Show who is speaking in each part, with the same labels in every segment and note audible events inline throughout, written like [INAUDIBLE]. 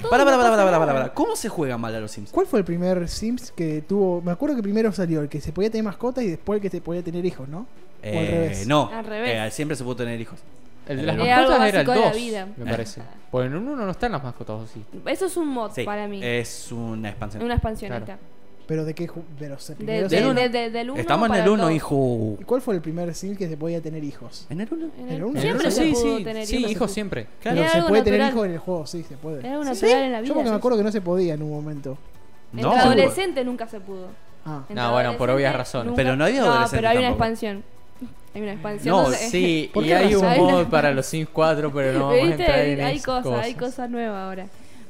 Speaker 1: todo.
Speaker 2: Para,
Speaker 1: no
Speaker 2: para, para,
Speaker 1: pasa
Speaker 2: para, para,
Speaker 1: nada.
Speaker 2: ¿Cómo se juega mal a los Sims?
Speaker 3: ¿Cuál fue el primer Sims que tuvo? Me acuerdo que primero salió el que se podía tener mascotas y después el que se podía tener hijos, ¿no? O al
Speaker 2: Eh,
Speaker 3: revés.
Speaker 2: No,
Speaker 1: Al revés.
Speaker 2: eh, siempre se pudo tener hijos.
Speaker 4: El de las
Speaker 1: Era algo
Speaker 4: mascotas era el
Speaker 1: básico de la
Speaker 4: 2,
Speaker 1: vida.
Speaker 4: me parece. Pues en uno no están las mascotas, ¿o sí? eh,
Speaker 1: Eso es un mod
Speaker 2: Sí,
Speaker 1: para mí.
Speaker 2: es una expansión.
Speaker 1: una expansión
Speaker 4: Claro.
Speaker 1: ahí está.
Speaker 3: Pero de qué ju- pero se-
Speaker 1: De-
Speaker 3: primero
Speaker 1: de-
Speaker 3: se-
Speaker 2: uno.
Speaker 1: de- de- del uno
Speaker 2: Estamos en
Speaker 1: para
Speaker 2: el 1,
Speaker 1: todo.
Speaker 2: hijo.
Speaker 3: ¿Y cuál fue el primer Sims que se podía tener hijos?
Speaker 2: ¿En el 1?
Speaker 1: En
Speaker 3: ¿El
Speaker 1: el-
Speaker 3: uno? ¿El
Speaker 1: Siempre
Speaker 3: uno?
Speaker 1: se
Speaker 4: sí,
Speaker 1: pudo
Speaker 4: sí,
Speaker 1: tener
Speaker 4: sí,
Speaker 1: hijos.
Speaker 4: hijos siempre.
Speaker 2: Claro.
Speaker 3: Pero
Speaker 1: Era
Speaker 3: se
Speaker 1: algo
Speaker 3: puede tener
Speaker 1: natural.
Speaker 3: hijos en el juego, sí, se puede.
Speaker 1: Era una
Speaker 2: Sí,
Speaker 1: natural en la vida.
Speaker 3: Yo porque me
Speaker 1: sí.
Speaker 3: acuerdo que no se podía en un momento.
Speaker 1: Entre adolescente nunca se pudo.
Speaker 3: Ah,
Speaker 1: Entre
Speaker 4: No, bueno, por
Speaker 1: adolescente
Speaker 4: obvias razones.
Speaker 1: nunca-
Speaker 2: Pero no había adolescente
Speaker 1: pero hay una
Speaker 2: tampoco.
Speaker 1: expansión. Hay una expansión.
Speaker 2: No,
Speaker 4: No,
Speaker 1: donde- [LAUGHS]
Speaker 4: sí,
Speaker 3: ¿Por
Speaker 4: y
Speaker 3: qué
Speaker 4: hay
Speaker 3: razón?
Speaker 4: un
Speaker 1: Hay una-
Speaker 4: mod para los Sims 4, pero no vamos a
Speaker 1: ¿Viste?
Speaker 4: entrar en
Speaker 1: Hay
Speaker 4: esas
Speaker 1: cosas, hay cosas nuevas ahora.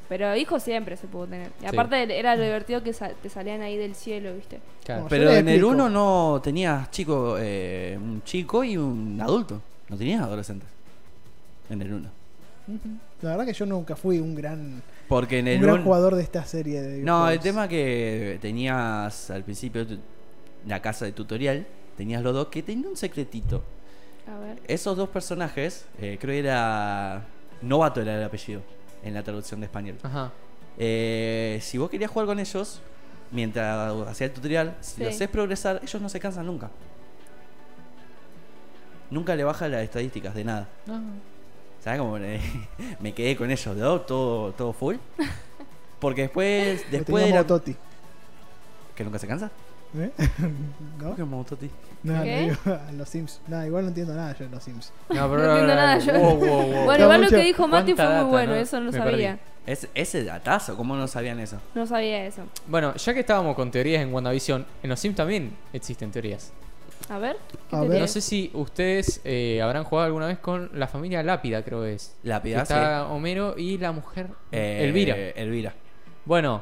Speaker 1: Pero hijos siempre se pudo tener. Y
Speaker 4: Sí.
Speaker 1: aparte era lo divertido que sa- te salían ahí del cielo, ¿viste?
Speaker 4: Claro.
Speaker 3: No, yo
Speaker 2: Pero
Speaker 3: les
Speaker 2: en el
Speaker 3: explico.
Speaker 2: 1 no tenías chico, eh, un chico y un adulto. No tenías adolescentes. En el 1.
Speaker 3: la verdad que yo nunca fui un gran,
Speaker 2: Porque en
Speaker 3: un
Speaker 2: el
Speaker 3: gran
Speaker 2: 1.
Speaker 3: jugador de esta serie de
Speaker 2: No, el
Speaker 3: videojuegos.
Speaker 2: tema que tenías al principio tu- la casa de tutorial, tenías los dos que tenían un secretito.
Speaker 1: A ver.
Speaker 4: Oh.
Speaker 2: Esos dos personajes, eh, creo que era. Novato era el apellido en la traducción de español.
Speaker 4: Ajá.
Speaker 2: Eh, si vos querías jugar con ellos, mientras hacía el tutorial, si lo
Speaker 1: Sí.
Speaker 2: haces progresar, ellos no se cansan nunca. Nunca le baja las estadísticas de nada.
Speaker 1: [LAUGHS]
Speaker 2: ¿Sabes cómo me, [LAUGHS] me quedé con ellos dos, todo, todo
Speaker 1: [LAUGHS]
Speaker 2: full? Porque después,
Speaker 3: Lo
Speaker 2: después
Speaker 3: tenía
Speaker 2: era...
Speaker 3: Mototi,
Speaker 2: ¿Que nunca se cansa?
Speaker 3: ¿eh? [LAUGHS] ¿No?
Speaker 2: ¿Cómo que Mototi?
Speaker 3: No, no [LAUGHS]
Speaker 1: ¿Qué?
Speaker 3: digo, a los Sims. Nada, igual no entiendo nada yo de los Sims.
Speaker 4: No, pero
Speaker 1: No entiendo nada, yo-
Speaker 4: wow, wow, wow.
Speaker 1: Bueno, igual lo
Speaker 3: mucho-
Speaker 1: que dijo Mati fue
Speaker 4: cuánta
Speaker 1: muy
Speaker 4: data,
Speaker 1: bueno,
Speaker 4: ¿no?
Speaker 1: eso no
Speaker 4: Me
Speaker 1: sabía.
Speaker 2: Es, ese datazo, ¿cómo no sabían eso?
Speaker 1: No sabía eso.
Speaker 4: Bueno, ya que estábamos con teorías en WandaVision, en los Sims también existen teorías.
Speaker 1: A ver. ¿qué
Speaker 3: A ver.
Speaker 1: te
Speaker 4: No
Speaker 1: digo?
Speaker 4: sé si ustedes eh, habrán jugado alguna vez con la familia Lápida, creo que es.
Speaker 2: La
Speaker 4: Que
Speaker 2: piedad, sí.
Speaker 4: Está Homero y la mujer
Speaker 2: Eh,
Speaker 4: Elvira.
Speaker 2: Elvira.
Speaker 4: Bueno,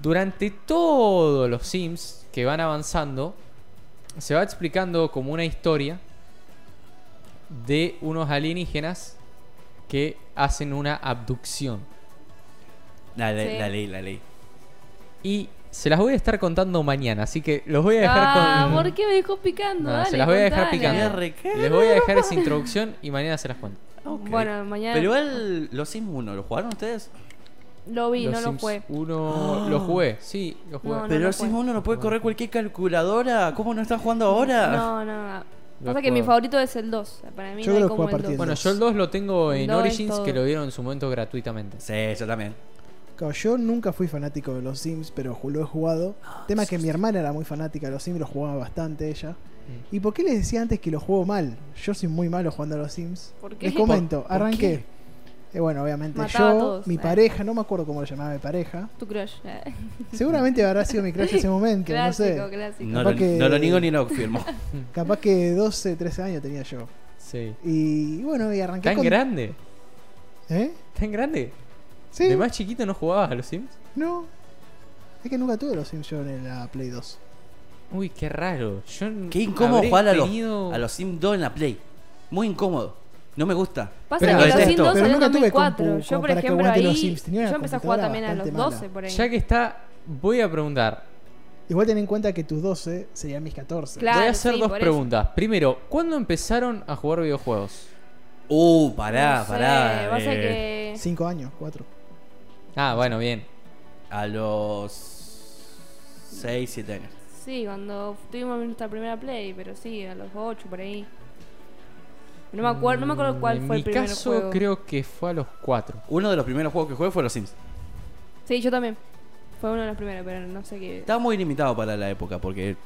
Speaker 4: durante todos los Sims que van avanzando, se va explicando como una historia de unos alienígenas que hacen una abducción.
Speaker 2: La, le-
Speaker 1: Sí.
Speaker 2: la ley, la ley.
Speaker 4: Y se las voy a estar contando mañana, así que los voy a dejar
Speaker 1: Ah,
Speaker 4: con...
Speaker 1: ¿por qué me dejó picando?
Speaker 4: No,
Speaker 1: Dale,
Speaker 4: se las voy a dejar
Speaker 1: contale.
Speaker 4: picando.
Speaker 2: Mierda, ¿qué?
Speaker 4: Les voy a dejar esa introducción y mañana se las cuento.
Speaker 2: Ok.
Speaker 1: Bueno, mañana
Speaker 2: Pero igual, los Sims 1, ¿lo jugaron ustedes?
Speaker 1: lo vi,
Speaker 4: Los
Speaker 1: no lo
Speaker 4: Sims
Speaker 1: fue.
Speaker 4: Uno,
Speaker 2: Ah.
Speaker 4: lo jugué, sí, lo jugué.
Speaker 1: No, no.
Speaker 2: Pero el Sims
Speaker 1: puede.
Speaker 2: 1 no puede correr cualquier calculadora. ¿Cómo no están jugando ahora?
Speaker 1: No, no, no.
Speaker 4: Lo
Speaker 1: Pasa que mi
Speaker 4: juego.
Speaker 1: favorito es el 2. Para mí
Speaker 3: Yo
Speaker 1: no hay
Speaker 3: creo que
Speaker 1: como
Speaker 3: fue a
Speaker 1: el
Speaker 3: partir
Speaker 1: 2.
Speaker 4: Bueno, yo el 2 lo tengo en
Speaker 1: No es
Speaker 4: Origins,
Speaker 1: todo.
Speaker 4: que lo dieron en su momento gratuitamente.
Speaker 2: Sí, yo también.
Speaker 3: Claro, yo nunca fui fanático de los Sims, pero ju- lo he jugado.
Speaker 1: Ah,
Speaker 3: Tema que mi hermana era muy fanática de los Sims, lo jugaba bastante ella. ¿Y por qué les decía antes que lo juego mal? Yo soy muy malo jugando a los Sims.
Speaker 1: ¿Por qué?
Speaker 3: Les comento,
Speaker 4: ¿Por- por
Speaker 3: arranqué. Eh, bueno, obviamente
Speaker 1: Mataba a
Speaker 3: yo,
Speaker 1: todos,
Speaker 3: mi
Speaker 1: eh.
Speaker 3: pareja, no me acuerdo cómo lo llamaba mi
Speaker 1: [LAUGHS]
Speaker 3: pareja.
Speaker 1: [LAUGHS] Tu crush.
Speaker 3: [LAUGHS]
Speaker 1: eh.
Speaker 3: Seguramente habrá sido mi crush ese momento, no
Speaker 1: clásico,
Speaker 3: sé.
Speaker 1: clásico.
Speaker 2: No
Speaker 3: capaz
Speaker 2: lo,
Speaker 3: que-
Speaker 2: no lo niego ni lo
Speaker 1: [LAUGHS]
Speaker 2: confirmo.
Speaker 3: Capaz que 12, 13 años tenía yo.
Speaker 4: Sí.
Speaker 3: Y bueno, y arranqué
Speaker 4: ¿Tan
Speaker 3: con...
Speaker 4: grande?
Speaker 3: ¿Eh?
Speaker 4: ¿Tan grande?
Speaker 3: Sí.
Speaker 4: ¿De más chiquito no jugabas a los Sims?
Speaker 3: No. Es que nunca tuve los Sims yo en la Play 2.
Speaker 4: Uy, qué raro. Yo n-
Speaker 2: Qué incómodo
Speaker 4: habré
Speaker 2: jugar a los,
Speaker 4: tenido-
Speaker 2: a los Sims 2 en la Play. Muy incómodo. No me gusta.
Speaker 1: Pasa
Speaker 4: Pero
Speaker 1: que los
Speaker 2: detesto.
Speaker 1: Sims 2
Speaker 3: Pero
Speaker 1: salió en
Speaker 3: nunca tuve compu
Speaker 1: 2004. Yo,
Speaker 3: como
Speaker 1: por
Speaker 3: para que
Speaker 1: ejemplo,
Speaker 3: aguante los
Speaker 1: ahí.
Speaker 3: Sims. Tenía una
Speaker 1: Yo empecé a jugar
Speaker 3: computadora
Speaker 1: también a los
Speaker 3: bastante
Speaker 1: 12
Speaker 3: mala.
Speaker 1: por ahí.
Speaker 4: Ya que está, voy a preguntar.
Speaker 3: Igual ten en cuenta que tus 12 serían mis 14.
Speaker 1: Claro,
Speaker 4: voy a hacer
Speaker 1: sí,
Speaker 4: dos
Speaker 1: por eso.
Speaker 4: preguntas. Primero, ¿cuándo empezaron a jugar videojuegos?
Speaker 2: Uh,
Speaker 1: No
Speaker 2: pará,
Speaker 1: sé,
Speaker 2: pará.
Speaker 1: Pasa
Speaker 2: eh,
Speaker 1: que.
Speaker 3: 5 años, 4.
Speaker 4: Ah, bueno, bien.
Speaker 2: A los 6, 7 años.
Speaker 1: Sí, cuando tuvimos nuestra primera play, pero sí, a los 8 por ahí. No me acuerdo, no me acuerdo cuál
Speaker 4: Mm,
Speaker 1: fue el
Speaker 4: mi
Speaker 1: primer
Speaker 4: caso
Speaker 1: juego.
Speaker 4: creo que fue a los cuatro.
Speaker 2: Uno de los primeros juegos que jugué fue los Sims.
Speaker 1: Sí, yo también. Fue uno de los primeros, pero no sé qué.
Speaker 2: Estaba muy limitado para la época porque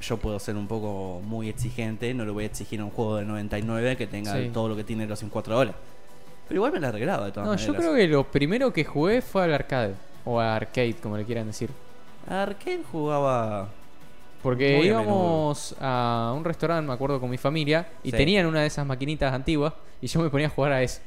Speaker 2: yo puedo ser un poco muy exigente. No le voy a exigir a un juego de 99 que tenga
Speaker 4: Sí.
Speaker 2: todo lo que tiene los Sims 4 horas. Pero igual me la arreglaba de todas
Speaker 4: No,
Speaker 2: maneras.
Speaker 4: yo creo que lo primero que jugué fue al arcade. O a arcade, como le quieran decir.
Speaker 2: Arcade jugaba.
Speaker 4: Porque
Speaker 2: Muy a
Speaker 4: íbamos a un restaurante, me acuerdo, con mi familia. Y
Speaker 2: Sí.
Speaker 4: tenían una de esas maquinitas antiguas. Y yo me ponía a jugar a eso.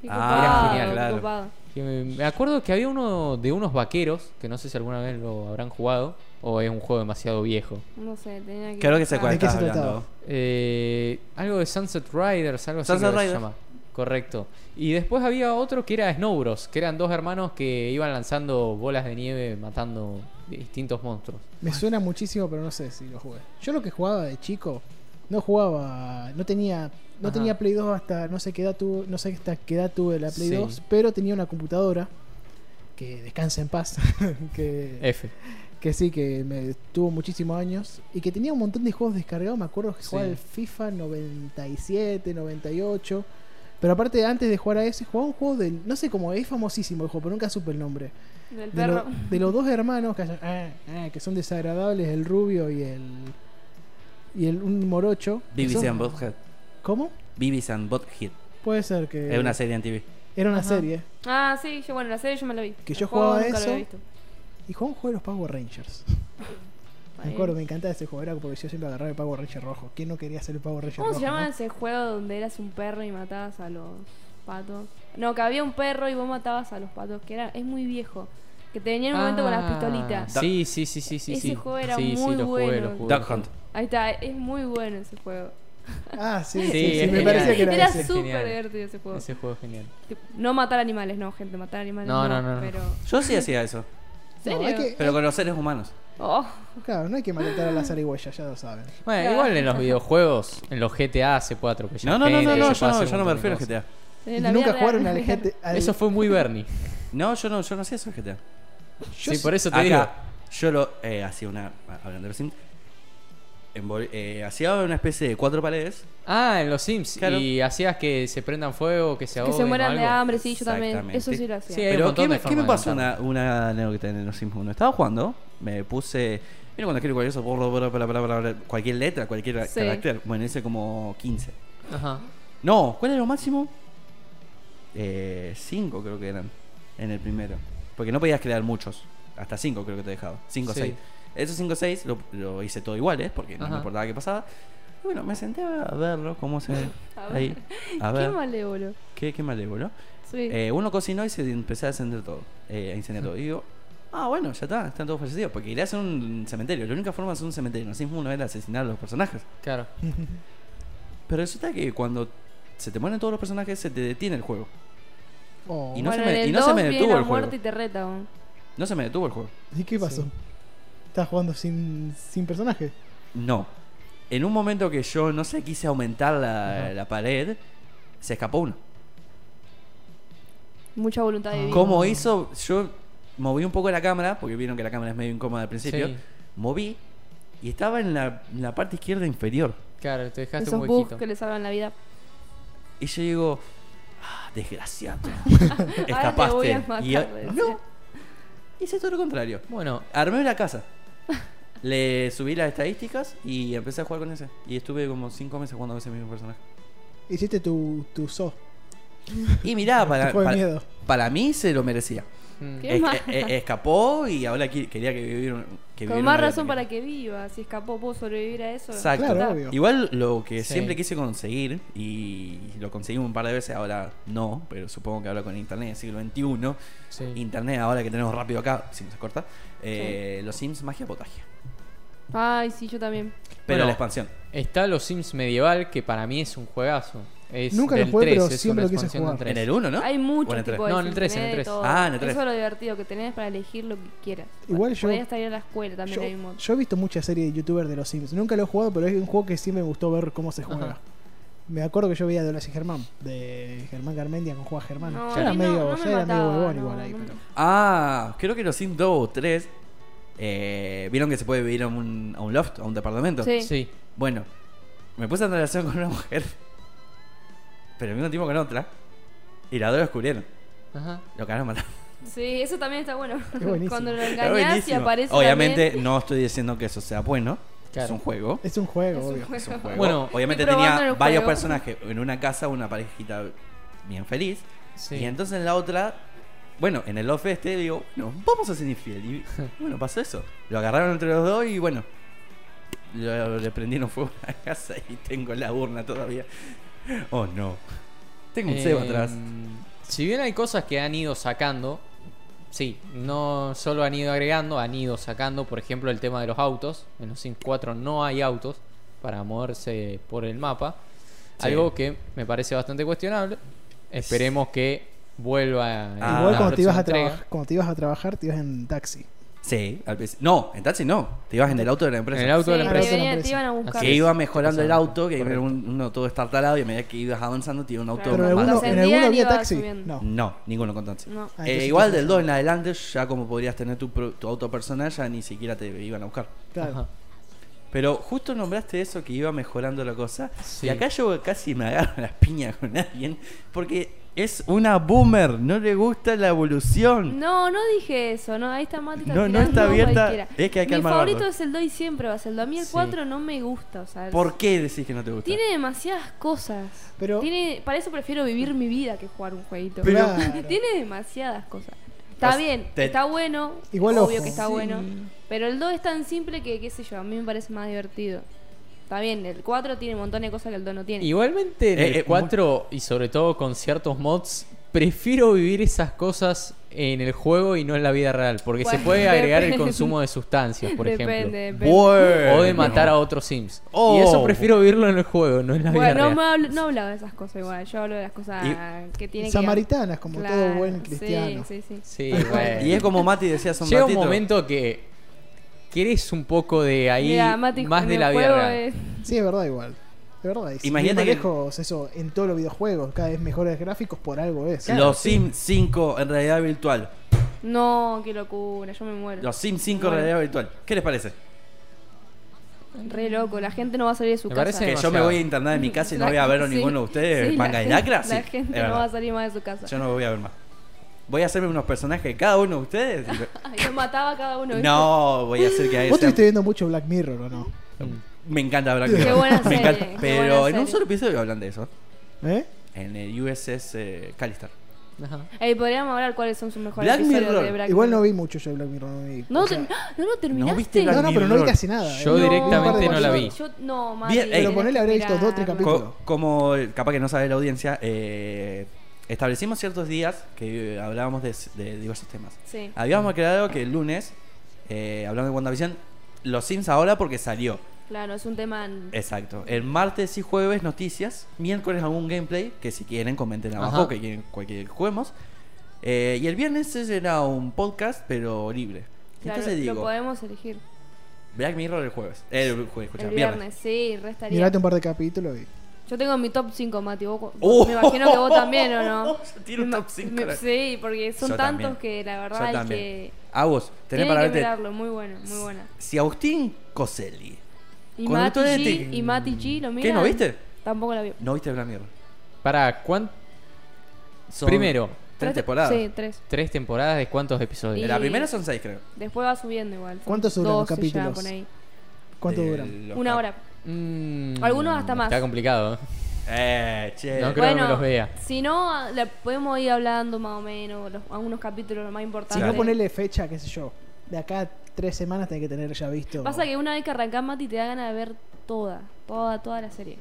Speaker 1: Qué
Speaker 2: Ah,
Speaker 1: copado,
Speaker 4: genial,
Speaker 1: qué
Speaker 2: claro.
Speaker 1: copado.
Speaker 4: Y me me acuerdo que había uno de unos vaqueros. Que no sé si alguna vez lo habrán jugado. O es un juego demasiado viejo.
Speaker 1: No sé, tenía que.
Speaker 2: Creo que se
Speaker 1: buscar.
Speaker 3: ¿De qué
Speaker 2: cuenta
Speaker 3: se trataba?
Speaker 2: hablando.
Speaker 4: Eh, algo de Sunset Riders, algo así
Speaker 2: Sunset
Speaker 4: creo que se
Speaker 2: Riders.
Speaker 4: llama. Correcto. Y después había otro que era Snow Bros, que eran dos hermanos que iban lanzando bolas de nieve matando distintos monstruos.
Speaker 3: Me suena muchísimo, pero no sé si lo jugué. Yo lo que jugaba de chico, no jugaba, no tenía, no
Speaker 4: Ajá.
Speaker 3: tenía Play 2 hasta no sé qué edad tuve, no sé hasta qué edad tuve la Play
Speaker 4: Sí.
Speaker 3: 2, pero tenía una computadora que descansa en paz, [LAUGHS] que,
Speaker 4: F.
Speaker 3: que sí, que me tuvo muchísimos años y que tenía un montón de juegos descargados. Me acuerdo que jugaba
Speaker 4: Sí.
Speaker 3: al FIFA 97, 98. Pero aparte, antes de jugar a ese, jugaba un juego del. No sé cómo, es famosísimo el juego, pero nunca supe el nombre.
Speaker 1: Del
Speaker 3: De, lo-
Speaker 1: perro.
Speaker 3: de los dos hermanos que, hacen, "Ah, ah", que son desagradables, el rubio y el. Y el, un morocho. que
Speaker 2: Beavis
Speaker 3: son-
Speaker 2: and Butthead.
Speaker 3: ¿Cómo?
Speaker 2: Beavis and Butthead.
Speaker 3: Puede ser que.
Speaker 2: Es una serie en TV.
Speaker 3: Era una
Speaker 4: Ajá.
Speaker 3: serie.
Speaker 1: Ah, sí, yo, bueno, la serie yo me la vi.
Speaker 3: Que
Speaker 1: El
Speaker 3: yo
Speaker 1: juego
Speaker 3: jugaba
Speaker 1: nunca lo
Speaker 3: eso.
Speaker 1: había visto.
Speaker 3: Y jugaba un juego de los Power Rangers. Me
Speaker 1: Ahí.
Speaker 3: acuerdo, me encantaba ese juego. Era porque yo siempre agarraba el Power Ranger rojo. ¿Quién no quería ser el Power Ranger
Speaker 1: ¿Cómo
Speaker 3: rojo?
Speaker 1: se llama
Speaker 3: no?
Speaker 1: ese juego donde eras un perro y matabas a los patos? No, que había un perro y vos matabas a los patos, que era es muy viejo. Que te venía en un momento con las
Speaker 4: Ah,
Speaker 1: pistolitas.
Speaker 4: Sí, sí, sí, sí, sí.
Speaker 1: Ese
Speaker 4: sí.
Speaker 1: juego era
Speaker 4: Sí, sí,
Speaker 1: muy
Speaker 4: lo jugué,
Speaker 1: bueno.
Speaker 4: lo jugué, lo
Speaker 2: Duck
Speaker 4: jugué.
Speaker 2: Hunt.
Speaker 1: Ahí está, es muy bueno ese juego.
Speaker 3: Ah, sí, sí,
Speaker 4: Sí,
Speaker 3: sí,
Speaker 4: es
Speaker 3: me
Speaker 4: genial.
Speaker 3: parecía que era,
Speaker 1: Era
Speaker 3: ese.
Speaker 4: su-
Speaker 1: súper
Speaker 4: Genial.
Speaker 1: divertido ese juego.
Speaker 4: Ese juego es genial.
Speaker 1: Tipo, No matar animales, no, gente, matar animales.
Speaker 4: No,
Speaker 1: No,
Speaker 4: no, no, no.
Speaker 1: Pero...
Speaker 2: Yo sí hacía eso.
Speaker 1: ¿En
Speaker 3: No,
Speaker 1: serio?
Speaker 3: hay que-
Speaker 2: Pero con los seres humanos.
Speaker 1: Oh,
Speaker 3: Claro, no hay que matar a las arigüeyas, ya lo saben.
Speaker 4: Bueno,
Speaker 1: Claro.
Speaker 4: igual en los videojuegos, en los GTA se puede
Speaker 2: No,
Speaker 4: atropellar.
Speaker 2: no, no, no,
Speaker 4: gente,
Speaker 2: no,
Speaker 4: se
Speaker 2: yo
Speaker 4: puede
Speaker 2: no,
Speaker 4: hacer
Speaker 2: yo
Speaker 4: un
Speaker 2: no me
Speaker 4: montón
Speaker 2: refiero
Speaker 4: de
Speaker 2: a GTA.
Speaker 1: en
Speaker 3: Y
Speaker 1: la
Speaker 3: nunca
Speaker 1: vida
Speaker 3: jugaron
Speaker 1: real.
Speaker 3: al
Speaker 1: [LAUGHS]
Speaker 2: [LAUGHS]
Speaker 3: gente.
Speaker 4: cosas.
Speaker 3: al-
Speaker 4: Eso fue muy Bernie.
Speaker 2: No, yo no, yo no hacía eso en GTA.
Speaker 3: yo
Speaker 4: sí,
Speaker 3: sí-
Speaker 4: por eso te
Speaker 2: Acá,
Speaker 4: digo.
Speaker 2: yo lo eh, hacía una. Hablando de los Sims. envol- eh, hacía una especie de cuatro paredes.
Speaker 4: Ah, en los Sims.
Speaker 2: Claro.
Speaker 4: Y hacías que se prendan fuego, que se
Speaker 1: Que
Speaker 4: ahoguen.
Speaker 1: se mueran
Speaker 4: o
Speaker 1: de
Speaker 4: algo.
Speaker 1: hambre, sí, yo también.
Speaker 2: Exactamente.
Speaker 1: Eso sí lo hacía.
Speaker 4: Sí, hay un
Speaker 2: Pero,
Speaker 4: montón
Speaker 2: ¿qué,
Speaker 4: de
Speaker 2: me- qué me
Speaker 4: formas de
Speaker 2: pasó una,
Speaker 4: matarlo.
Speaker 2: una anécdota en los Sims 1? Estaba jugando, me puse. Mira, cuando quiero cualquier, cosa, borro, borro, bla, bla, bla, bla, cualquier letra, cualquier
Speaker 1: Sí.
Speaker 2: carácter. Bueno, hice como 15.
Speaker 4: Ajá.
Speaker 2: No, ¿cuál era lo máximo? Eh, cinco creo que eran en el primero. Porque no podías crear muchos. Hasta cinco creo que te dejaba. Cinco o
Speaker 4: Sí.
Speaker 2: seis. Esos cinco o seis lo, lo hice todo iguales porque no
Speaker 4: Ajá.
Speaker 2: me importaba qué pasaba. Y bueno, me senté a verlo, cómo
Speaker 1: [LAUGHS]
Speaker 2: se...
Speaker 1: A ver.
Speaker 2: ahí. A
Speaker 1: Qué
Speaker 2: ver,
Speaker 1: malévolo.
Speaker 2: qué, qué malévolo.
Speaker 1: Sí.
Speaker 2: Eh, uno cocinó y se empezó a encender todo. eh, a incendiar todo. Y digo, ah, bueno, ya está, están todos fallecidos. Porque quería hacer un cementerio. La única forma de hacer un cementerio en Sims 1 era asesinar a los personajes.
Speaker 4: Claro.
Speaker 2: Pero resulta que cuando se te mueren todos los personajes, se te detiene el juego.
Speaker 3: Oh.
Speaker 2: Y no
Speaker 1: bueno,
Speaker 2: se me-
Speaker 1: en el
Speaker 2: y no se me
Speaker 1: 2 viene
Speaker 2: detuvo
Speaker 1: la
Speaker 2: el juego.
Speaker 1: muerte y te reta. ¿no?
Speaker 2: No se me detuvo el juego.
Speaker 3: ¿Y qué pasó?
Speaker 4: Sí.
Speaker 3: ¿Estás jugando sin, sin personaje?
Speaker 2: No. En un momento que yo, no sé, quise aumentar
Speaker 4: Ajá.
Speaker 2: la, la pared, se escapó uno.
Speaker 1: Mucha voluntad de
Speaker 3: Ah.
Speaker 1: vivir.
Speaker 2: ¿Cómo hizo? Yo moví un poco la cámara, porque vieron que la cámara es medio incómoda al principio.
Speaker 4: Sí.
Speaker 2: Moví y estaba en la, en la parte izquierda inferior.
Speaker 4: Claro, te dejaste
Speaker 1: Esos
Speaker 4: un
Speaker 1: bugs
Speaker 4: huequito.
Speaker 1: que le salvan la vida.
Speaker 2: Y yo digo, ah, desgraciado. [LAUGHS]
Speaker 1: Ahora te voy
Speaker 2: Escapaste.
Speaker 1: a matar.
Speaker 2: Y-
Speaker 1: decía.
Speaker 2: no, hice todo lo contrario.
Speaker 4: Bueno,
Speaker 2: Armé la
Speaker 1: [LAUGHS]
Speaker 2: casa. Le subí las estadísticas y empecé a jugar con ese. Y estuve como 5 meses jugando a ese mismo personaje.
Speaker 3: Hiciste tu, tu zoo,
Speaker 2: Y mirá, para,
Speaker 3: tu juego de
Speaker 2: para,
Speaker 3: miedo.
Speaker 2: para mí se lo merecía.
Speaker 4: mm,
Speaker 1: ¿Qué?
Speaker 2: Es-
Speaker 1: más?
Speaker 2: e- e- escapó y ahora qui- quería que viviera. Que
Speaker 1: Con más razón para que viva. Si escapó, pudo sobrevivir a eso.
Speaker 2: Exacto.
Speaker 3: Claro, obvio.
Speaker 2: Igual lo que
Speaker 4: Sí.
Speaker 2: siempre quise conseguir, y lo conseguí un par de veces, ahora no, pero supongo que ahora con internet, siglo XXI,
Speaker 4: sí.
Speaker 2: internet ahora que tenemos rápido acá, si no se corta, eh, los Sims magia potagia.
Speaker 1: Ay, sí, yo también.
Speaker 2: Pero
Speaker 4: Bueno.
Speaker 2: la expansión.
Speaker 4: Está los Sims Medieval, que para mí es un juegazo. Es
Speaker 3: Nunca lo
Speaker 4: del
Speaker 3: jugué, pero
Speaker 4: 3, es
Speaker 3: siempre
Speaker 4: una
Speaker 3: lo quise
Speaker 4: expansión del
Speaker 3: jugar.
Speaker 4: 3.
Speaker 2: En el 1, ¿no?
Speaker 1: Hay muchos
Speaker 2: O en el tres.
Speaker 1: tipos de
Speaker 4: No, en el tres, en el
Speaker 1: internet,
Speaker 4: tres.
Speaker 1: todo.
Speaker 2: Ah, en el tres.
Speaker 1: Eso es lo divertido, que tenés para elegir lo que quieras.
Speaker 3: Igual yo-
Speaker 1: Podías estar ir a la escuela también
Speaker 3: Yo,
Speaker 1: hay un montón.
Speaker 3: yo he visto muchas series de youtubers de los Sims. Nunca lo he jugado, pero es un juego que sí me gustó ver cómo se juega.
Speaker 4: Ajá.
Speaker 3: Me acuerdo que yo veía de y Germán, de Germán Carmendia con Juega Germán.
Speaker 1: No,
Speaker 3: ya era
Speaker 1: no,
Speaker 3: medio,
Speaker 1: no me
Speaker 3: ya era medio
Speaker 1: mataba,
Speaker 3: huevón
Speaker 1: no,
Speaker 3: igual ahí,
Speaker 1: no.
Speaker 3: pero-
Speaker 2: Ah, creo que los Sims 2 o 3 eh, vieron que se puede vivir a un, a un loft, a un departamento.
Speaker 1: Sí.
Speaker 4: Sí.
Speaker 2: Bueno, me puse en relación con una mujer, pero al mismo tiempo con otra, y las dos descubrieron.
Speaker 4: Ajá.
Speaker 2: Lo acabaron
Speaker 1: [LAUGHS]
Speaker 2: matando.
Speaker 1: Sí, eso también está bueno.
Speaker 3: buenísimo.
Speaker 1: [LAUGHS] Cuando lo
Speaker 2: Es
Speaker 1: engañás y
Speaker 2: buenísimo.
Speaker 1: aparece
Speaker 2: Obviamente
Speaker 1: también,
Speaker 2: no estoy diciendo que eso sea bueno.
Speaker 4: Claro.
Speaker 2: Es un juego.
Speaker 3: Es un juego,
Speaker 1: es un
Speaker 3: obvio.
Speaker 1: juego. [LAUGHS]
Speaker 2: Juego.
Speaker 4: Bueno,
Speaker 2: Obviamente
Speaker 1: estoy probando
Speaker 2: tenía
Speaker 1: el
Speaker 2: varios
Speaker 1: juego.
Speaker 2: personajes. En una casa una parejita bien feliz.
Speaker 4: Sí.
Speaker 2: Y entonces en la otra, bueno, en el off este digo, bueno, vamos a ser infiel.
Speaker 4: [LAUGHS]
Speaker 2: Y bueno, pasó eso. Lo agarraron entre los dos y bueno, lo- le prendieron fuego a la casa y tengo la urna todavía. Oh no. Tengo un
Speaker 4: Eh,
Speaker 2: cebo atrás.
Speaker 4: Si bien hay cosas que han ido sacando, sí, no solo han ido agregando, han ido sacando, por ejemplo, el tema de los autos. En los Sims 4 no hay autos para moverse por el mapa.
Speaker 2: Sí.
Speaker 4: Algo que me parece bastante cuestionable. Esperemos que vuelva. en
Speaker 2: Ah.
Speaker 4: la
Speaker 3: Ah, Igual cuando te,
Speaker 4: próxima
Speaker 3: ibas a
Speaker 4: entrega.
Speaker 3: trabajar cuando te ibas a trabajar, te ibas en taxi.
Speaker 2: Sí, al principio. No, en taxi no. Te ibas en el auto de la empresa.
Speaker 4: En el
Speaker 1: Sí,
Speaker 4: auto de la
Speaker 1: porque
Speaker 4: empresa.
Speaker 1: venían-
Speaker 3: empresa.
Speaker 1: te iban a buscar.
Speaker 2: Que iba mejorando el
Speaker 4: Pasaba.
Speaker 2: auto, que era un- uno todo estartalado y a medida que ibas avanzando tenía un auto
Speaker 1: Claro.
Speaker 3: Pero en
Speaker 2: más
Speaker 3: alguno,
Speaker 2: barato.
Speaker 3: en
Speaker 1: Ascendían
Speaker 3: alguno
Speaker 1: y
Speaker 3: había
Speaker 1: iba
Speaker 3: taxi.
Speaker 1: subiendo.
Speaker 3: No.
Speaker 2: No, ninguno con taxi.
Speaker 1: No.
Speaker 3: Ah,
Speaker 2: Eh,
Speaker 3: entonces
Speaker 2: igual
Speaker 3: no
Speaker 2: del 2 en adelante, ya como podrías tener tu, pro- tu auto personal, ya ni siquiera te iban a buscar.
Speaker 3: Claro.
Speaker 4: Ajá.
Speaker 2: Pero justo nombraste eso que iba mejorando la cosa.
Speaker 4: Sí.
Speaker 2: Y acá yo casi me agarro las piñas con alguien porque es una boomer, no le gusta la evolución.
Speaker 1: No, no dije eso, no, ahí está Mati.
Speaker 2: Mm. No, no
Speaker 1: tirando
Speaker 2: está abierta,
Speaker 1: cualquiera.
Speaker 2: es que hay que
Speaker 1: Mi
Speaker 2: armar
Speaker 1: favorito
Speaker 2: bardo.
Speaker 1: es el 2 y siempre va a ser el 2. A mí el
Speaker 4: Sí.
Speaker 1: 4 no me gusta, o sea. el-
Speaker 2: ¿Por qué decís que no te gusta?
Speaker 1: Tiene demasiadas cosas.
Speaker 3: Pero-
Speaker 1: Tiene, para eso prefiero vivir mi vida que jugar un jueguito.
Speaker 2: Pero-
Speaker 3: Claro.
Speaker 1: [LAUGHS] Tiene demasiadas cosas. Está
Speaker 2: Vas-
Speaker 1: bien,
Speaker 2: te-
Speaker 1: está bueno.
Speaker 3: Igual,
Speaker 1: obvio
Speaker 3: ojo.
Speaker 1: que está
Speaker 3: Sí.
Speaker 1: bueno. Pero el 2 es tan simple que, qué sé yo, a mí me parece más divertido. Está bien, el 4 tiene un montón de cosas que el 2 no [LAUGHS] tiene.
Speaker 4: Igualmente en
Speaker 2: Eh,
Speaker 4: el
Speaker 2: eh,
Speaker 4: 4 y sobre todo con ciertos mods, prefiero vivir esas cosas en el juego y no en la vida real, porque
Speaker 1: Bueno,
Speaker 4: se
Speaker 1: [LAUGHS]
Speaker 4: puede agregar el
Speaker 1: depende.
Speaker 4: consumo de sustancias, por
Speaker 1: depende, Eh,
Speaker 4: ejemplo.
Speaker 1: depende.
Speaker 4: O de matar a otros Sims.
Speaker 2: Oh.
Speaker 4: Y eso prefiero vivirlo en el juego, no en la vida
Speaker 1: Bueno, no,
Speaker 4: real.
Speaker 1: me hablo- no hablaba de esas cosas igual. Yo hablo de las cosas que tienen que.
Speaker 3: Samaritanas, como todo
Speaker 1: Claro,
Speaker 3: buen cristiano.
Speaker 1: Sí, sí, sí.
Speaker 4: Sí,
Speaker 2: [LAUGHS]
Speaker 4: bueno.
Speaker 2: Y es como Mati decía hace un
Speaker 4: Llega un
Speaker 2: ratito.
Speaker 4: momento que querés un poco de ahí
Speaker 1: Mira, Mati,
Speaker 4: más de
Speaker 1: el
Speaker 4: la vida
Speaker 1: juego
Speaker 4: real.
Speaker 1: es-
Speaker 3: Sí, es verdad igual. De verdad. Y si
Speaker 2: Imagínate
Speaker 3: bien
Speaker 2: que-
Speaker 3: lejos eso en todos los videojuegos, cada vez mejores gráficos por algo es.
Speaker 2: Los Sims 5 en realidad virtual.
Speaker 1: No, qué locura, yo me muero.
Speaker 2: Los Sims 5 en
Speaker 1: Bueno.
Speaker 2: realidad virtual. ¿Qué les parece?
Speaker 1: Re loco, la gente no va a salir de su
Speaker 4: Me
Speaker 1: casa.
Speaker 4: parece
Speaker 2: Que yo me
Speaker 4: demasiado.
Speaker 2: voy a internar en mi casa y no
Speaker 1: La-
Speaker 2: voy a ver a
Speaker 1: [LAUGHS] sí,
Speaker 2: ninguno de ustedes.
Speaker 1: sí,
Speaker 2: manga
Speaker 1: la
Speaker 2: de
Speaker 1: gente-
Speaker 2: lacra, sí.
Speaker 1: La
Speaker 2: es
Speaker 1: gente no
Speaker 2: verdad.
Speaker 1: va a salir más de su casa.
Speaker 2: Yo no voy a ver más. Voy a hacerme unos personajes de cada uno de ustedes. y lo-
Speaker 1: Ay, lo mataba a cada uno. ¿viste?
Speaker 2: No, voy a hacer que a
Speaker 3: Vos
Speaker 2: ellos
Speaker 3: estuviste viendo mucho Black Mirror, ¿o no?
Speaker 4: Mm.
Speaker 2: Me encanta Black
Speaker 3: Qué
Speaker 2: Mirror. [LAUGHS]
Speaker 1: buena
Speaker 2: Me
Speaker 1: serie,
Speaker 2: encanta.
Speaker 1: qué
Speaker 2: Pero
Speaker 1: buena
Speaker 2: en un
Speaker 1: serie.
Speaker 2: solo episodio hablan de eso.
Speaker 3: ¿Eh?
Speaker 2: En el USS eh, Callister.
Speaker 4: Ajá.
Speaker 1: Ey, podríamos hablar cuáles son sus mejores
Speaker 2: Black
Speaker 1: episodios
Speaker 2: Mirror.
Speaker 1: de Black
Speaker 3: Igual no vi
Speaker 1: Mirror.
Speaker 3: mucho yo Black Mirror. No, vi,
Speaker 1: No,
Speaker 3: o sea,
Speaker 1: te- no, no terminaste.
Speaker 2: ¿no viste Black
Speaker 3: no, no, pero no vi
Speaker 2: Mirror.
Speaker 3: casi nada. ¿eh?
Speaker 4: Yo directamente
Speaker 3: no la vi.
Speaker 1: Yo, no, Mati,
Speaker 2: Bien, ey.
Speaker 1: tenés
Speaker 2: Pero
Speaker 3: ponele,
Speaker 1: que
Speaker 3: habré visto
Speaker 1: mirarlo.
Speaker 3: dos, tres capítulos.
Speaker 2: Co- como eh, capaz que no sabe la audiencia, eh, establecimos ciertos días que eh, hablábamos de, de diversos temas.
Speaker 1: Sí.
Speaker 2: Habíamos creado que el lunes, eh, hablando de WandaVision, los Sims ahora porque salió.
Speaker 1: Claro, es un tema. en-
Speaker 2: Exacto. El martes y jueves noticias. Miércoles algún gameplay. Que si quieren comenten abajo
Speaker 4: Ajá.
Speaker 2: que quieren cualquier juguemos. Eh, y el viernes ese era un podcast, pero libre.
Speaker 1: claro,
Speaker 2: Entonces
Speaker 1: Lo
Speaker 2: digo,
Speaker 1: podemos elegir.
Speaker 2: Black Mirror el jueves. Eh, el jueves, escucha,
Speaker 1: el
Speaker 2: viernes. [LAUGHS]
Speaker 1: viernes, sí, restaría.
Speaker 3: Mirate un par de capítulos y.
Speaker 1: Yo tengo mi top 5, Mati. vos- vos-
Speaker 2: Oh.
Speaker 1: me imagino
Speaker 2: [LAUGHS]
Speaker 1: que vos también, ¿o no?
Speaker 2: Yo tiro un
Speaker 1: Me-
Speaker 2: top 5.
Speaker 1: me- Sí, porque son
Speaker 2: Yo
Speaker 1: tantos
Speaker 2: también.
Speaker 1: que la
Speaker 2: Yo
Speaker 1: verdad hay
Speaker 2: también.
Speaker 1: que.
Speaker 2: A vos, tenés
Speaker 1: Tienen
Speaker 2: para
Speaker 1: que
Speaker 2: verte.
Speaker 1: mirarlo, muy bueno, muy buena.
Speaker 2: Si Agustín Coselli.
Speaker 1: Y
Speaker 2: Cuando
Speaker 1: Mati
Speaker 2: tú
Speaker 1: G,
Speaker 2: eres tic-
Speaker 1: y Mati G, ¿lo miran?
Speaker 2: ¿Qué no viste?
Speaker 1: Tampoco la vio.
Speaker 2: No viste Black Mirror.
Speaker 4: Para, ¿cuánto?
Speaker 2: Son
Speaker 4: Primero,
Speaker 2: Tres temporadas. Eh,
Speaker 1: Sí, tres.
Speaker 4: tres temporadas de cuántos episodios.
Speaker 1: Y-
Speaker 2: La primera son seis, creo.
Speaker 1: Después va subiendo igual. Son
Speaker 3: ¿Cuántos duran los
Speaker 1: 12 ya,
Speaker 3: capítulos?
Speaker 1: por ahí.
Speaker 3: ¿Cuánto
Speaker 2: De
Speaker 3: duran?
Speaker 2: los
Speaker 1: Una
Speaker 2: cap-
Speaker 1: hora.
Speaker 4: Mm,
Speaker 1: Algunos hasta más.
Speaker 4: Está complicado. ¿eh?
Speaker 2: Eh, che.
Speaker 4: No creo que
Speaker 1: bueno,
Speaker 4: me los vea.
Speaker 1: si no, a- le podemos ir hablando más o menos los, algunos capítulos los más
Speaker 3: Si
Speaker 1: importantes.
Speaker 3: no ponerle fecha, qué sé yo. De acá a tres semanas tenés que tener ya visto.
Speaker 1: Pasa que una vez que arrancás, Mati, te da ganas de ver toda, toda, toda la serie.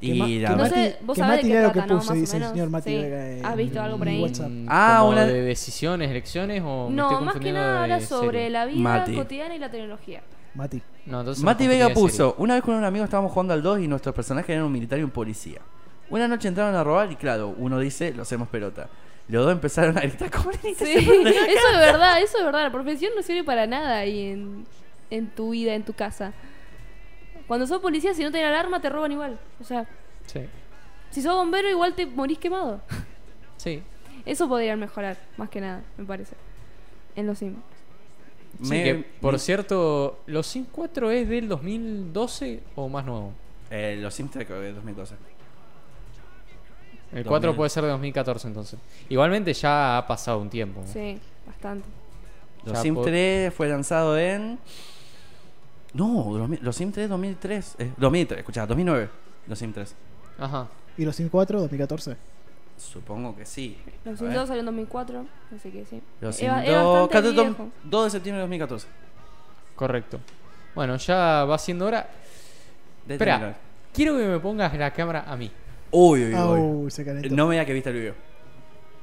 Speaker 3: Que ma-
Speaker 2: Y
Speaker 3: que
Speaker 2: la
Speaker 3: Mati-
Speaker 2: verdad-
Speaker 1: Entonces, vos
Speaker 3: que
Speaker 1: sabés
Speaker 3: Mati
Speaker 1: de qué
Speaker 3: lea lo
Speaker 1: trata,
Speaker 3: que
Speaker 1: ¿no?
Speaker 3: puse,
Speaker 1: Más o
Speaker 3: dice el
Speaker 1: menos.
Speaker 3: señor Mati
Speaker 1: Sí.
Speaker 3: Vega en
Speaker 1: ¿Has visto algo por ahí?
Speaker 3: WhatsApp.
Speaker 2: Ah,
Speaker 4: Mm, ¿Como
Speaker 2: una-
Speaker 4: de decisiones, elecciones o Oh, me
Speaker 1: No,
Speaker 4: estoy
Speaker 1: más que
Speaker 4: confundiendo
Speaker 1: nada
Speaker 4: de
Speaker 1: habla sobre
Speaker 4: serie?
Speaker 1: la vida
Speaker 2: Mati.
Speaker 1: cotidiana y la tecnología.
Speaker 3: Mati.
Speaker 4: No, entonces
Speaker 2: Mati
Speaker 4: me confundí
Speaker 2: Vega
Speaker 4: de serie.
Speaker 2: puso, una vez con un amigo estábamos jugando al 2 y nuestros personajes eran un militar y un policía. Una noche entraron a robar y claro, uno dice, lo hacemos pelota. Los dos empezaron a gritar como
Speaker 1: Sí, eso es verdad, eso es verdad. La profesión no sirve para nada ahí en, en tu vida, en tu casa. Cuando sos policía, si no tenés alarma, te roban igual. O sea,
Speaker 4: Sí.
Speaker 1: si sos bombero, igual te morís quemado. [LAUGHS]
Speaker 4: Sí.
Speaker 1: Eso podrían mejorar, más que nada, me parece. En los Sims.
Speaker 4: Sí,
Speaker 2: Me-
Speaker 4: que, por cierto, los Sims 4 es del 2012 o más nuevo.
Speaker 2: Eh, los Sims creo que de 2012.
Speaker 4: El 4
Speaker 2: 2000.
Speaker 4: puede ser de 2014 entonces. Igualmente ya ha pasado un tiempo. ¿no?
Speaker 1: Sí, bastante.
Speaker 2: Los
Speaker 4: Ya
Speaker 2: Sims
Speaker 4: po-
Speaker 2: 3 fue lanzado en... No, los mi- los Sims 3 2003. eh, 2003, escuchá, 2009. Los Sims 3.
Speaker 4: Ajá.
Speaker 3: ¿Y los 54 2014?
Speaker 2: Supongo que sí.
Speaker 1: Los
Speaker 2: A
Speaker 1: Sims
Speaker 2: ver.
Speaker 1: 2 salió en 2004, así que sí.
Speaker 2: Los
Speaker 1: Es ba-
Speaker 2: Sims
Speaker 1: es
Speaker 2: 2,
Speaker 1: bastante
Speaker 2: 14,
Speaker 1: viejo.
Speaker 2: 2 de septiembre de 2014.
Speaker 4: Correcto. Bueno, ya va siendo hora.
Speaker 2: De
Speaker 4: Espera,
Speaker 2: terminar.
Speaker 4: quiero que me pongas la cámara a mí.
Speaker 2: Uy, uy,
Speaker 3: Ah,
Speaker 2: uy.
Speaker 3: uy, se calentó.
Speaker 2: No me digas que viste el vivo.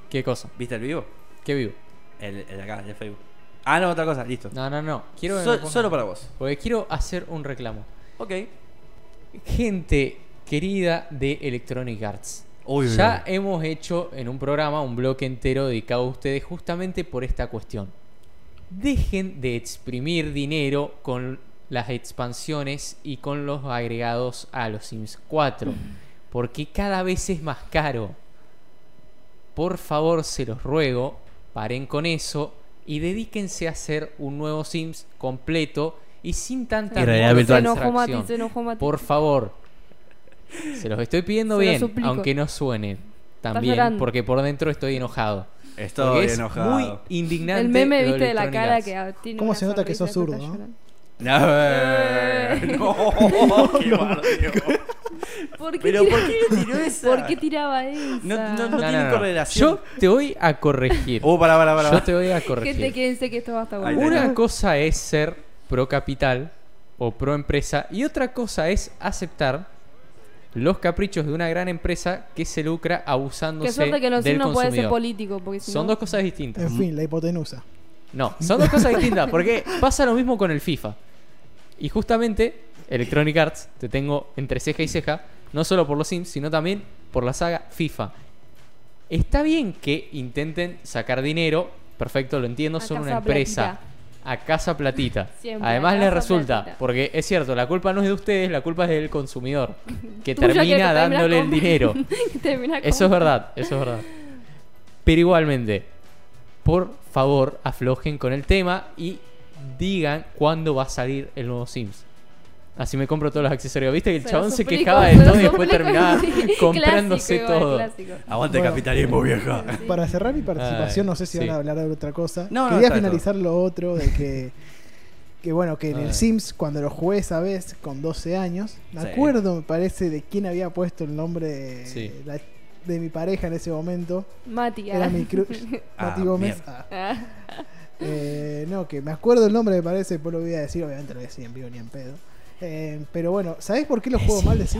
Speaker 4: ¿Qué cosa?
Speaker 2: ¿Viste el vivo?
Speaker 4: ¿Qué vivo?
Speaker 2: El, el de acá, el de Facebook. Ah, no, otra cosa, listo.
Speaker 4: No, no, no. Quiero que me
Speaker 2: Sol-
Speaker 4: pongas-
Speaker 2: solo para vos.
Speaker 4: Porque quiero hacer un reclamo.
Speaker 2: Ok.
Speaker 4: Gente querida de Electronic Arts.
Speaker 2: Uy, uy,
Speaker 4: ya
Speaker 2: uy.
Speaker 4: hemos hecho en un programa un bloque entero dedicado a ustedes justamente por esta cuestión. dejen de exprimir dinero con las expansiones y con los agregados a los Sims 4. Porque cada vez es más caro. Por favor, se los ruego, paren con eso y dedíquense a hacer un nuevo Sims completo y sin tanta
Speaker 2: Y realidad
Speaker 1: se
Speaker 2: virtual.
Speaker 1: enojó Mati, se
Speaker 4: distracción.
Speaker 1: enojó Mati.
Speaker 4: Por favor, se los estoy pidiendo
Speaker 1: [LAUGHS] Se lo
Speaker 4: bien,
Speaker 1: suplico.
Speaker 4: aunque no suene también,
Speaker 1: llorando.
Speaker 4: porque por dentro estoy enojado.
Speaker 2: Estoy
Speaker 4: Porque es
Speaker 2: enojado.
Speaker 4: muy indignante.
Speaker 1: el meme,
Speaker 4: lo
Speaker 1: viste, de la
Speaker 4: Electronic
Speaker 1: cara
Speaker 4: Arts.
Speaker 1: que ah, tiene
Speaker 3: ¿Cómo
Speaker 1: una
Speaker 3: se nota que
Speaker 1: sonrisa
Speaker 3: sos
Speaker 1: y está
Speaker 3: zurdo, no?
Speaker 1: llorando.
Speaker 4: [LAUGHS]
Speaker 2: No,
Speaker 1: Eh.
Speaker 2: [LAUGHS] no, qué bardeo.
Speaker 1: ¿Por qué,
Speaker 2: Pero
Speaker 1: tira-
Speaker 2: ¿por qué me tiró esa?
Speaker 1: por qué tiraba esa?
Speaker 2: No- no-
Speaker 4: No, no,
Speaker 2: tiene
Speaker 4: no, no.
Speaker 2: correlación.
Speaker 4: Yo te voy a corregir.
Speaker 2: [LAUGHS] Oh, pará, pará, pará.
Speaker 4: Yo te voy a
Speaker 1: Gente,
Speaker 4: corregir.
Speaker 1: quédense que esto va a estar
Speaker 2: Ahí
Speaker 1: bueno.
Speaker 4: Una cosa es ser pro capital o pro empresa y otra cosa es aceptar los caprichos de una gran empresa que se lucra abusándose
Speaker 1: Qué suerte que los
Speaker 4: del
Speaker 1: Sims no pueden ser
Speaker 4: consumidor.
Speaker 1: políticos, porque si
Speaker 4: Son
Speaker 1: no...
Speaker 4: dos cosas distintas.
Speaker 2: Mm.
Speaker 3: En fin, la hipotenusa.
Speaker 4: No, son dos cosas distintas, porque pasa lo mismo con el FIFA. Y justamente, Electronic Arts, te tengo entre ceja y ceja, no solo por los Sims, sino también por la saga FIFA. Está bien que intenten sacar dinero, perfecto, lo entiendo,
Speaker 1: A
Speaker 4: son una
Speaker 1: casa
Speaker 4: empresa.
Speaker 1: platita.
Speaker 4: A casa platita.
Speaker 1: Siempre, a
Speaker 4: Además les
Speaker 1: casa
Speaker 4: resulta,
Speaker 1: platita.
Speaker 4: porque es cierto, la culpa no es de ustedes, la culpa es
Speaker 1: [LAUGHS]
Speaker 4: del consumidor, que
Speaker 1: Tuyo,
Speaker 4: termina
Speaker 1: que termina
Speaker 4: dándole el
Speaker 1: con- [LAUGHS]
Speaker 4: dinero.
Speaker 1: que termina
Speaker 4: Eso es
Speaker 1: con-
Speaker 4: verdad, eso es verdad. Pero igualmente, por favor, aflojen con el tema y digan cuándo va a salir el nuevo Sims. Así me compro todos los accesorios. ¿Viste que el
Speaker 1: Se lo
Speaker 4: chabón se
Speaker 1: suplico,
Speaker 4: quejaba de
Speaker 1: se lo
Speaker 4: todo y después
Speaker 1: suplico. [LAUGHS]
Speaker 4: terminaba
Speaker 1: Sí,
Speaker 4: comprándose
Speaker 1: clásico igual,
Speaker 4: todo?
Speaker 1: clásico.
Speaker 2: Aguante
Speaker 3: Bueno.
Speaker 2: el capitalismo, vieja.
Speaker 1: Sí.
Speaker 3: Para cerrar mi participación,
Speaker 4: Ay,
Speaker 2: Ah,
Speaker 3: no sé si
Speaker 4: sí.
Speaker 3: van a hablar de otra cosa.
Speaker 2: No, no,
Speaker 3: Quería
Speaker 2: está
Speaker 3: finalizar lo otro de
Speaker 2: [LAUGHS]
Speaker 3: que. Que bueno, que en
Speaker 4: Ay.
Speaker 3: el Sims, cuando lo jugué esa vez, con 12 años, me
Speaker 2: Ah. Sí.
Speaker 3: acuerdo, me parece, de quién había puesto el nombre de,
Speaker 4: Sí.
Speaker 3: la- de mi pareja en ese momento.
Speaker 1: Mati,
Speaker 3: Era
Speaker 2: [LAUGHS]
Speaker 1: ah.
Speaker 3: mi crush,
Speaker 2: Ah,
Speaker 3: Mati Gómez.
Speaker 2: mierda.
Speaker 3: Ah.
Speaker 1: Ah.
Speaker 3: Eh, no, que me acuerdo el nombre, me parece, después lo voy a decir, obviamente no lo voy a decir en vivo ni en pedo. Eh, pero bueno, ¿sabés por qué lo juego mal, decís?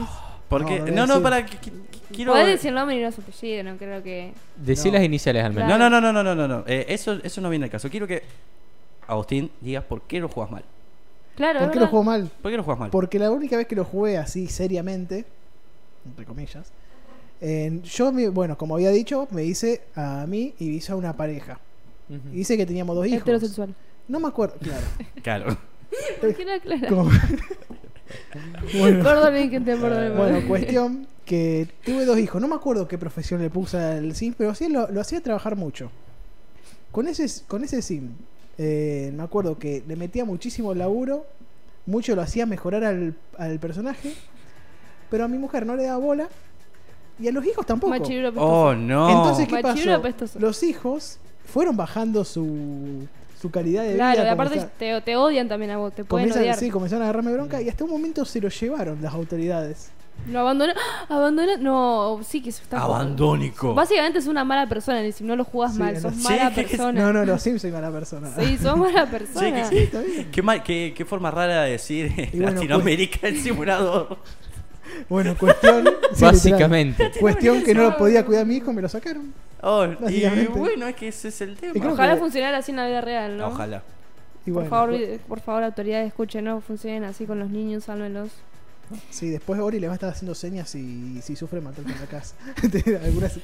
Speaker 2: Porque,
Speaker 3: No,
Speaker 2: no,
Speaker 3: no,
Speaker 2: no,
Speaker 3: sí.
Speaker 2: para, que- que- que- quiero...
Speaker 1: Podés decir el nombre y no su apellido, no creo que...
Speaker 4: Decí
Speaker 3: No.
Speaker 4: las iniciales al menos.
Speaker 2: No, no, no, no, no, no, no, no. Eh, eso, eso no viene al caso. Quiero que, Agustín, digas por qué lo juegas mal.
Speaker 1: Claro,
Speaker 3: ¿Por
Speaker 1: es
Speaker 3: qué lo
Speaker 1: verdad.
Speaker 3: juego mal?
Speaker 2: ¿Por qué lo juegas mal?
Speaker 3: Porque la única vez que lo jugué así seriamente, entre comillas, eh, yo, me- bueno, como había dicho, me hice a mí y hice a una pareja. Y
Speaker 4: Ujú.
Speaker 3: dice que teníamos dos hijos.
Speaker 1: Mm. Heterosexual.
Speaker 3: No me acuerdo, claro.
Speaker 1: [LAUGHS]
Speaker 2: Claro.
Speaker 1: ¿Por qué no aclaras?
Speaker 3: Como- [LAUGHS] bueno,
Speaker 1: Perdón, gente, perdón. [LAUGHS]
Speaker 3: bueno, cuestión que tuve dos hijos. No me acuerdo qué profesión le puse al sim, pero sí lo, lo hacía trabajar mucho. Con ese, con ese sim, eh, me acuerdo que le metía muchísimo laburo, mucho lo hacía mejorar al, al personaje, pero a mi mujer no le daba bola y a los hijos tampoco.
Speaker 1: Machiruro apestoso.
Speaker 2: Oh, no.
Speaker 3: Entonces, ¿qué
Speaker 1: Machiruro
Speaker 3: pasó?
Speaker 1: apestoso.
Speaker 3: Los hijos fueron bajando su, su calidad de vida.
Speaker 1: Claro, y aparte
Speaker 3: comenzar-
Speaker 1: te, te odian también a vos, te pueden
Speaker 3: comienzan-
Speaker 1: odiar.
Speaker 3: sí, comenzaron a agarrarme bronca y hasta un momento se lo llevaron las autoridades.
Speaker 1: Lo abandona, [GASPS] ¡Ah! abandona, no, sí que eso está
Speaker 2: Abandónico.
Speaker 1: Básicamente es una mala persona, y si no lo
Speaker 3: [LAUGHS]
Speaker 1: jugás
Speaker 3: Sí,
Speaker 1: mal,
Speaker 3: no
Speaker 1: sos
Speaker 3: sé.
Speaker 1: mala
Speaker 2: Sí, que-
Speaker 1: persona.
Speaker 3: No, no, los Sims soy mala persona.
Speaker 1: Sí, sos mala persona.
Speaker 2: Sí, que-
Speaker 3: [LAUGHS] Está
Speaker 2: [LAUGHS]
Speaker 3: bien.
Speaker 2: Qué, mal- qué, qué forma rara de decir eh,
Speaker 3: Y bueno, pues.
Speaker 2: Latinoamérica el
Speaker 3: [LAUGHS]
Speaker 2: simulador.
Speaker 3: Bueno, cuestión. sí,
Speaker 4: Básicamente.
Speaker 3: literal. Cuestión que no lo podía cuidar mi hijo, me lo sacaron.
Speaker 2: Oh, y
Speaker 3: Básicamente.
Speaker 2: bueno, es que ese es el tema.
Speaker 3: Y creo
Speaker 1: Ojalá
Speaker 3: que-
Speaker 1: funcionara así en la vida real, ¿no?
Speaker 2: Ojalá.
Speaker 3: Y
Speaker 1: Por,
Speaker 3: bueno,
Speaker 1: favor,
Speaker 3: pues-
Speaker 1: vi- por favor, autoridades, escuchen, no funcionen así con los niños, sálvenlos.
Speaker 3: [LAUGHS] sí, después Ori le va a estar haciendo señas si, si sufre maltrato en la casa. De algunas-